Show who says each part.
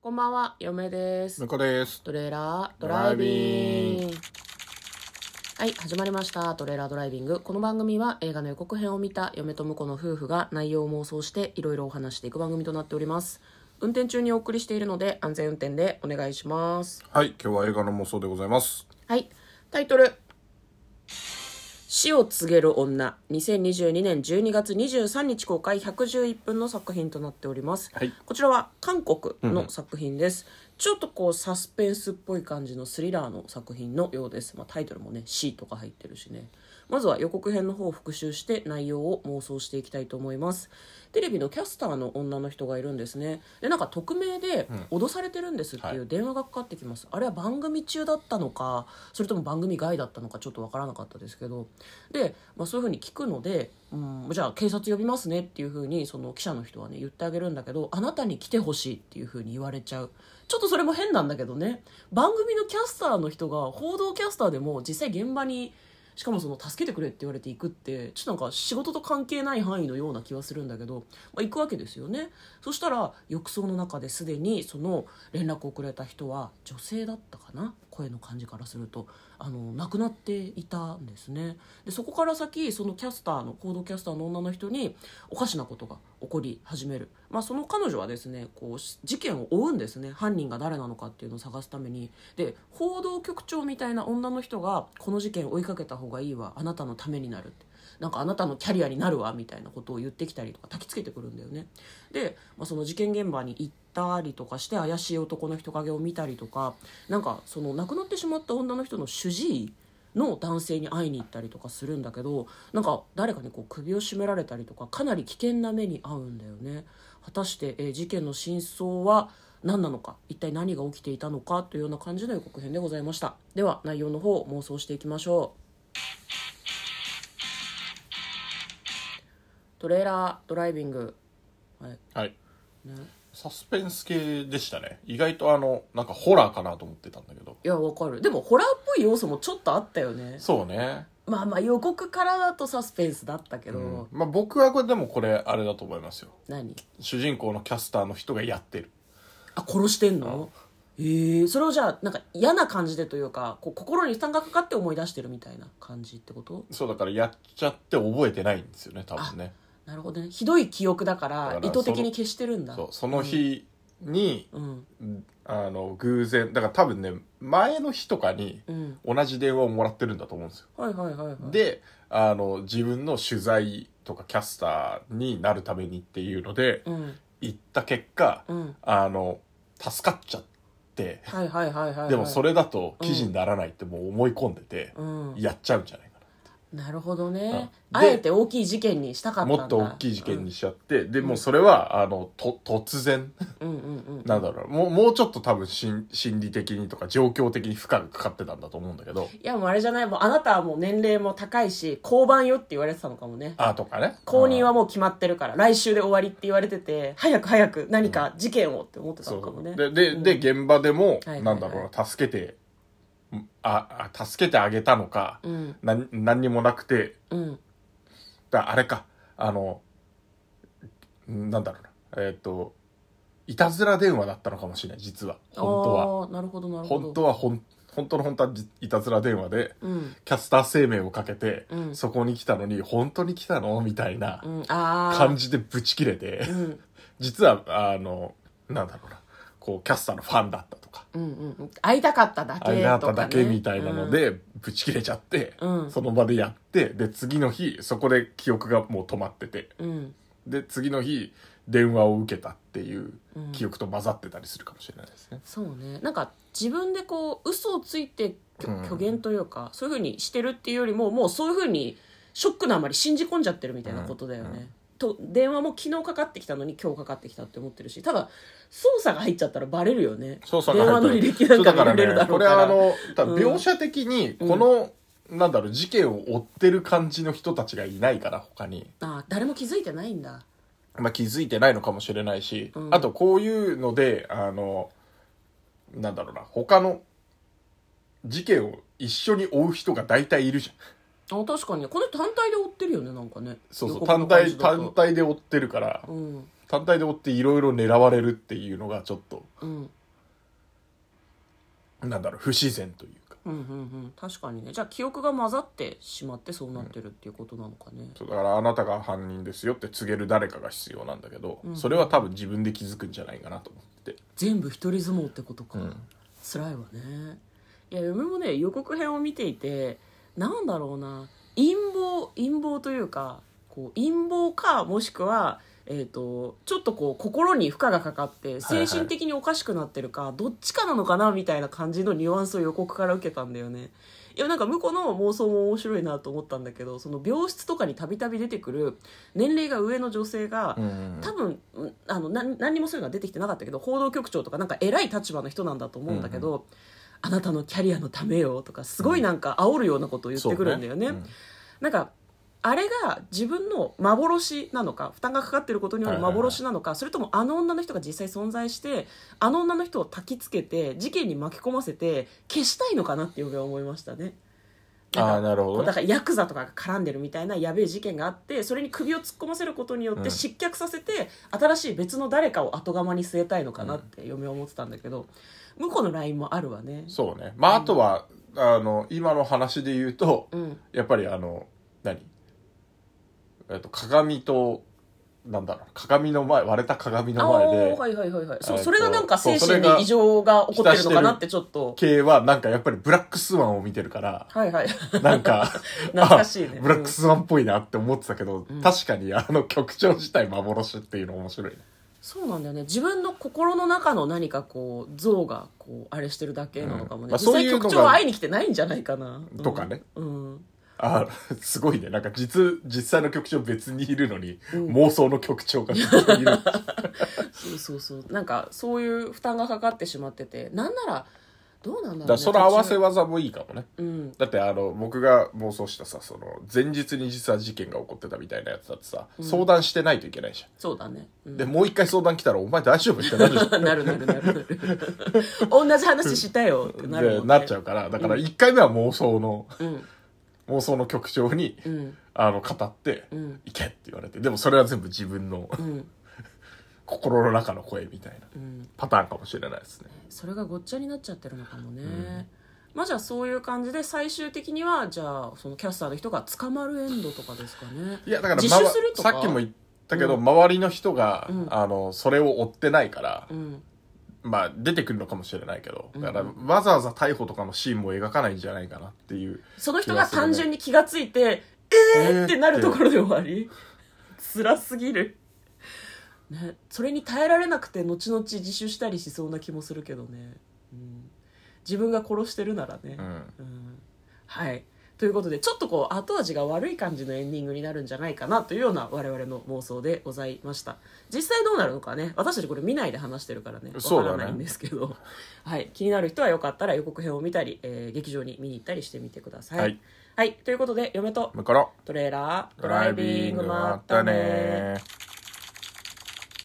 Speaker 1: こんばんは、嫁です
Speaker 2: 向。こうです。
Speaker 1: トレーラードライビング
Speaker 2: ドライビン。
Speaker 1: はい、始まりました。トレーラードライビング。この番組は映画の予告編を見た嫁と婿の夫婦が内容を妄想していろいろお話していく番組となっております。運転中にお送りしているので安全運転でお願いします。
Speaker 2: はい、今日は映画の妄想でございます。
Speaker 1: はい、タイトル。死を告げる女2022年12月23日公開111分の作品となっております、
Speaker 2: はい
Speaker 1: こちらは韓国の作品です、ちょっとこうサスペンスっぽい感じのスリラーの作品のようです、まあ、タイトルもね「C」とか入ってるしねまずは予告編の方を復習して内容を妄想していきたいと思いますテレビのキャスターの女の人がいるんですねでなんか匿名で脅されてるんですっていう電話がかかってきます、あれは番組中だったのかそれとも番組外だったのかちょっとわからなかったですけどで、まあ、そういうふうに聞くので、うん、じゃあ警察呼びますねっていうふうにその記者の人はね言ってあげるんだけどあなたに来てほしいっていうふうに言われちゃうちょっとそれも変なんだけどね番組のキャスターの人が報道キャスターでも実際現場にしかもその助けてくれって言われて行くってちょっとなんか仕事と関係ない範囲のような気はするんだけど、まあ、行くわけですよねそしたら浴槽の中ですでにその連絡をくれた人は女性だったかな声の感じからするとあの亡くなっていたんですねでそこから先そのキャスターの行動キャスターの女の人におかしなことが起こり始める、まあ、その彼女はですねこう事件を追うんですね犯人が誰なのかっていうのを探すためにで報道局長みたいな女の人がこの事件を追いかけた方がいいわあなたのためになるってなんかあなたのキャリアになるわみたいなことを言ってきたりとか焚きつけてくるんだよねで、まあ、その事件現場に行ったりとかして怪しい男の人影を見たりとかなんかその亡くなってしまった女の人の主治医の男性に会いに行ったりとかするんだけどなんか誰かにこう首を絞められたりとかかなり危険な目に遭うんだよね果たして、えー事件の真相は何なのか一体何が起きていたのかというような感じの予告編でございましたでは内容の方を妄想していきましょうトレーラードライビングはい
Speaker 2: はい。
Speaker 1: ね
Speaker 2: サスペンス系でしたね。意外とあの、なんかホラーかなと思ってたんだけど。
Speaker 1: いやわかるでもホラーっぽい要素もちょっとあったよね
Speaker 2: そうね。
Speaker 1: まあまあ予告からだとサスペンスだったけど、
Speaker 2: うん、まあ僕はこれでもこれあれだと思いますよ。
Speaker 1: 何
Speaker 2: 主人公のキャスターの人がやってる。
Speaker 1: あ殺してんのえー、それをじゃあなんか嫌な感じでというかこう心に負担がかかって思い出してるみたいな感じってこと
Speaker 2: そうだからやっちゃって覚えてないんですよね、多分ね。
Speaker 1: なるほどねひどい記憶だから
Speaker 2: だから
Speaker 1: 意図的に消してるんだ
Speaker 2: そう、その日に、
Speaker 1: うん
Speaker 2: あの、偶然、だから多分ね、前の日とかに
Speaker 1: うん
Speaker 2: 同じ電話をもらってるんだと思うんですよ。
Speaker 1: はいはいはいはい
Speaker 2: であの自分の取材とかキャスターになるためにっていうので
Speaker 1: うん
Speaker 2: 行った結果
Speaker 1: うん
Speaker 2: あの助かっちゃって
Speaker 1: はいはいはいはい、はい、
Speaker 2: でもそ
Speaker 1: れ
Speaker 2: れだと記事にならないってもう思い込んでて
Speaker 1: うん
Speaker 2: やっちゃうんじゃないか
Speaker 1: なるほどね
Speaker 2: うん
Speaker 1: あえて大きい事件にしたか
Speaker 2: な
Speaker 1: ったんだ
Speaker 2: もっと大きい事件にしちゃってでもうそれはあのと突然
Speaker 1: うんうんうんうん
Speaker 2: なんだろうもうもうちょっと多分心心理的にとか状況的に負荷がかかってたんだと思うんだけど
Speaker 1: いやもうあれじゃないもうあなたはもう年齢も高いし交番よって言われてたのかもね
Speaker 2: あとかね
Speaker 1: 後任はもう決まってるから来週で終わりって言われてて早く早く何か事件をって思ってた
Speaker 2: そ
Speaker 1: の
Speaker 2: う
Speaker 1: か
Speaker 2: そ
Speaker 1: も
Speaker 2: う
Speaker 1: ね
Speaker 2: でで,、で現場でも、
Speaker 1: はいはい
Speaker 2: なんだろうな助けてんああ助けてあげたのか、
Speaker 1: うん
Speaker 2: なん、何にもなくて
Speaker 1: うん
Speaker 2: だあれかあのなんだろうなえっ、といたずら電話だったのかもしれない実は本当は
Speaker 1: あーなるほどなるほど
Speaker 2: 本当はほん本当の本当はじいたずら電話で
Speaker 1: うん
Speaker 2: キャスター生命をかけて、
Speaker 1: うん
Speaker 2: そこに来たのに本当に来たのみたいな
Speaker 1: うんああ
Speaker 2: 感じでブチ切れて、
Speaker 1: うん
Speaker 2: 実はあのなんだろうなこうキャスターのファンだったとか
Speaker 1: うんうん会いたかっただけとか、
Speaker 2: あ
Speaker 1: ね、
Speaker 2: れだっただけみたいなので、ぶち切れちゃって、
Speaker 1: うん
Speaker 2: その場でやって、で、次の日、そこで記憶がもう止まってて、
Speaker 1: うん、うん
Speaker 2: で、次の日、電話を受けたっていう
Speaker 1: うん
Speaker 2: 記憶と混ざってたりするかもしれないですね。
Speaker 1: そうねなんか自分でこう嘘をついてきょ
Speaker 2: うん
Speaker 1: 虚言というか、そういうふうにしてるっていうよりももうそういうふうにショックのあまり信じ込んじゃってるみたいなことだよね。
Speaker 2: うんうん
Speaker 1: と電話も昨日かかってきたのに今日かかってきたって思ってるしただ捜査が入っちゃったらバレるよね
Speaker 2: そうそう
Speaker 1: 電話の履歴なんか見られるだろ
Speaker 2: こ
Speaker 1: う
Speaker 2: れ
Speaker 1: から
Speaker 2: はあの、多分
Speaker 1: うん
Speaker 2: 描写的に、この、なんだろう、事件を追ってる感じの人たちがいないから、他に。
Speaker 1: ああ誰も気づいてないんだ
Speaker 2: まあ、気づいてないのかもしれないし、
Speaker 1: うん
Speaker 2: あとこういうのであのなんだろうな他の事件を一緒に追う人が大体いるじゃん
Speaker 1: あ確かにこの人単体で追ってるよねなんかね
Speaker 2: そうそ
Speaker 1: 予
Speaker 2: う
Speaker 1: 告
Speaker 2: 単
Speaker 1: の感
Speaker 2: 体
Speaker 1: じだと
Speaker 2: 単体で追ってるから、
Speaker 1: うん
Speaker 2: 単体で追っていろいろ狙われるっていうのがちょっと
Speaker 1: うん
Speaker 2: なんだろう不自然というか
Speaker 1: うんうんうん確かにねじゃあ記憶が混ざってしまってそうなってるっていうことなのかね、
Speaker 2: そうだからあなたが犯人ですよって告げる誰かが必要なんだけど、
Speaker 1: うん
Speaker 2: それは多分自分で気づくんじゃないかなと思ってて
Speaker 1: 全部一人相撲ってことか、
Speaker 2: うん
Speaker 1: 辛いわねいや嫁もね予告編を見ていてなんだろうな陰謀陰謀というかこう陰謀かもしくはえー、とちょっとこう心に負荷がかかって精神的におかしくなってるか、どっちかなのかなみたいな感じのニュアンスを予告から受けたんだよねいやなんか向こうの妄想も面白いなと思ったんだけどその病室とかにたびたび出てくる年齢が上の女性が、
Speaker 2: うん
Speaker 1: 多分うんあの何何にもそういうのは出てきてなかったけど報道局長とかなんか偉い立場の人なんだと思うんだけど、あなたのキャリアのためよとかすごいなんか煽るようなことを言ってくるんだよね。
Speaker 2: そう
Speaker 1: なんかあれが自分の幻なのか負担がかかっていることによる幻なのか、それともあの女の人が実際存在してあの女の人を焚きつけて事件に巻き込ませて消したいのかなって僕は思いましたね。
Speaker 2: ああなるほ
Speaker 1: こ
Speaker 2: ど
Speaker 1: うだ
Speaker 2: ね
Speaker 1: からヤクザとかが絡んでるみたいなやべえ事件があってそれに首を突っ込ませることによっ
Speaker 2: う
Speaker 1: て
Speaker 2: ん
Speaker 1: 失脚させて、新しい別の誰かを後釜に据えたいのかなって嫁は思ってたんだけど、向こうのラインもあるわね。
Speaker 2: そうねまああとは、あの今の話で言うと、
Speaker 1: うん
Speaker 2: やっぱりあの何、えっと、鏡となんだろう鏡の前割れた鏡
Speaker 1: あ
Speaker 2: の
Speaker 1: あ
Speaker 2: 前
Speaker 1: ー
Speaker 2: で
Speaker 1: はいはいはいはいそ
Speaker 2: え
Speaker 1: う
Speaker 2: ーと
Speaker 1: それがなんか
Speaker 2: そう
Speaker 1: 精
Speaker 2: それ
Speaker 1: 神
Speaker 2: が
Speaker 1: に異常が起こってるのかなってちょっと
Speaker 2: 系はなんかやっぱりブラックスワンを見てるから
Speaker 1: はいはい
Speaker 2: なんか
Speaker 1: 懐かしいね
Speaker 2: あブラックスワンっぽいなって思ってたけど、
Speaker 1: うん
Speaker 2: 確かにあの曲調自体幻っていうの面白いね
Speaker 1: そうなんだよね自分の心の中の何かこう像がこうあれしてるだけなのかもね、
Speaker 2: うんま
Speaker 1: 実
Speaker 2: あそう
Speaker 1: 際
Speaker 2: いうのが
Speaker 1: 局長は会いに来てないんじゃないかな
Speaker 2: とかね、
Speaker 1: うんうん
Speaker 2: あすごいねなんか実実際の曲調別にいるのに、
Speaker 1: うん
Speaker 2: 妄想の曲調が別 にいる
Speaker 1: そうそうそうなんかそういう負担がかかってしまっててなんならどうなんだろう、
Speaker 2: だから
Speaker 1: ね、
Speaker 2: その合わせ
Speaker 1: 途
Speaker 2: 技もいいかもね
Speaker 1: 中うん
Speaker 2: だってあの僕が妄想したさその前日に実は事件が起こってたみたいなやつだってさ、
Speaker 1: うん
Speaker 2: 相談してないといけないじゃん、
Speaker 1: そうだね、うん、
Speaker 2: でもう一回相談来たら「お前大丈夫?」ってなるじゃ ん
Speaker 1: なるなるなるな る同じ話したよってなるもん、
Speaker 2: で
Speaker 1: ね、
Speaker 2: なっちゃ
Speaker 1: う
Speaker 2: うからだから1回目は妄想の、
Speaker 1: うん
Speaker 2: 妄想の曲調に
Speaker 1: うん
Speaker 2: あの語って
Speaker 1: う
Speaker 2: 「
Speaker 1: ん
Speaker 2: 行け」って言われてでもそれは全部自分の
Speaker 1: うん
Speaker 2: 心の中の声みたいな
Speaker 1: うん
Speaker 2: パターンかもしれないですね
Speaker 1: それがごっちゃになっちゃってるのかもね、
Speaker 2: うん
Speaker 1: まあじゃあそういう感じで最終的にはじゃあそのキャスターの人が捕まるエンドとかですかね
Speaker 2: いやだから、
Speaker 1: 自
Speaker 2: ま
Speaker 1: 首
Speaker 2: わ
Speaker 1: するとか
Speaker 2: さっきも言ったけど、
Speaker 1: うん
Speaker 2: 周りの人が、
Speaker 1: うん
Speaker 2: あのそれを追ってないから
Speaker 1: う、ん
Speaker 2: まあ出てくるのかもしれないけど
Speaker 1: うん
Speaker 2: だからわざわざ逮捕とかのシーンも描かないんじゃないかなっていう
Speaker 1: その人が単純に気がついて、えーってなるところで終わり。辛すぎる。ね、それに耐えられなくて後々自首したりしそうな気もするけどね。うん、自分が殺してるならね
Speaker 2: う。ん
Speaker 1: うんはい。ということで、ちょっとこう、後味が悪い感じのエンディングになるんじゃないかなというような我々の妄想でございました。実際どうなるのかね、私たちこれ見ないで話してるからね、わか
Speaker 2: そうだね
Speaker 1: らないんですけど、 はい。気になる人はよかったら予告編を見たり、えー劇場に見に行ったりしてみてください。
Speaker 2: は
Speaker 1: はいい。ということで、嫁と
Speaker 2: だから
Speaker 1: トレーラー、ド
Speaker 2: ドラ
Speaker 1: ラ
Speaker 2: イ
Speaker 1: イビ
Speaker 2: ビン
Speaker 1: ン
Speaker 2: グ
Speaker 1: グ、
Speaker 2: もあ
Speaker 1: ま
Speaker 2: っ
Speaker 1: った
Speaker 2: た
Speaker 1: ね
Speaker 2: ね